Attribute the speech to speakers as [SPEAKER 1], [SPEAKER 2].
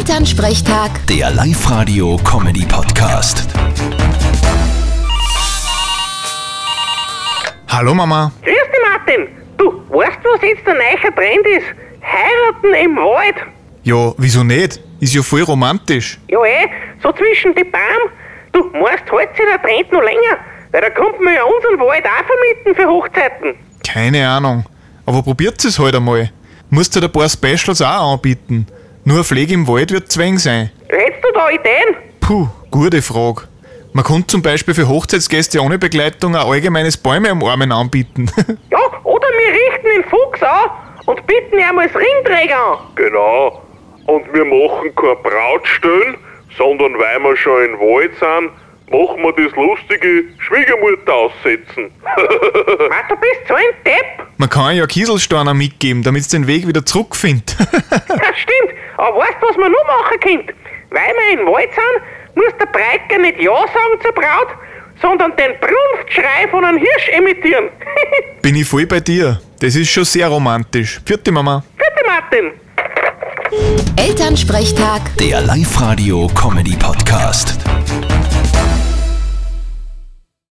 [SPEAKER 1] Elternsprechtag,
[SPEAKER 2] Der Live-Radio-Comedy-Podcast.
[SPEAKER 3] Hallo Mama.
[SPEAKER 4] Grüß dich, Martin. Du, weißt du, was jetzt der neue Trend ist? Heiraten im Wald.
[SPEAKER 3] Ja, wieso nicht? Ist ja voll romantisch.
[SPEAKER 4] Ja, eh, so zwischen die Bäume. Du, meinst, hält sich der Trend noch länger? Weil da kommt man ja unseren Wald auch vermieten für Hochzeiten.
[SPEAKER 3] Keine Ahnung. Aber probiert es halt einmal. Musst halt ein paar Specials auch anbieten. Nur Pflege im Wald wird zwäng sein.
[SPEAKER 4] Hättest du da Ideen?
[SPEAKER 3] Puh, gute Frage. Man kann zum Beispiel für Hochzeitsgäste ohne Begleitung ein allgemeines Bäume umarmen anbieten.
[SPEAKER 4] Ja, oder wir richten den Fuchs an und bieten ihn als Ringträger an.
[SPEAKER 5] Genau. Und wir machen keine Brautstellen, sondern weil wir schon in Wald sind, machen wir das lustige Schwiegermutter aussetzen.
[SPEAKER 4] Mann, du bist so ein Depp.
[SPEAKER 3] Man kann ja Kieselsteiner mitgeben, damit es den Weg wieder zurückfindet.
[SPEAKER 4] Das stimmt. Aber weißt du, was man noch machen könnte? Weil wir im Wald sind, muss der Breitger nicht Ja sagen zur Braut, sondern den Brunftschrei von einem Hirsch imitieren.
[SPEAKER 3] Bin ich voll bei dir. Das ist schon sehr romantisch. Vierte Mama.
[SPEAKER 4] Bitte, Martin.
[SPEAKER 1] Elternsprechtag.
[SPEAKER 2] Der Live-Radio-Comedy-Podcast.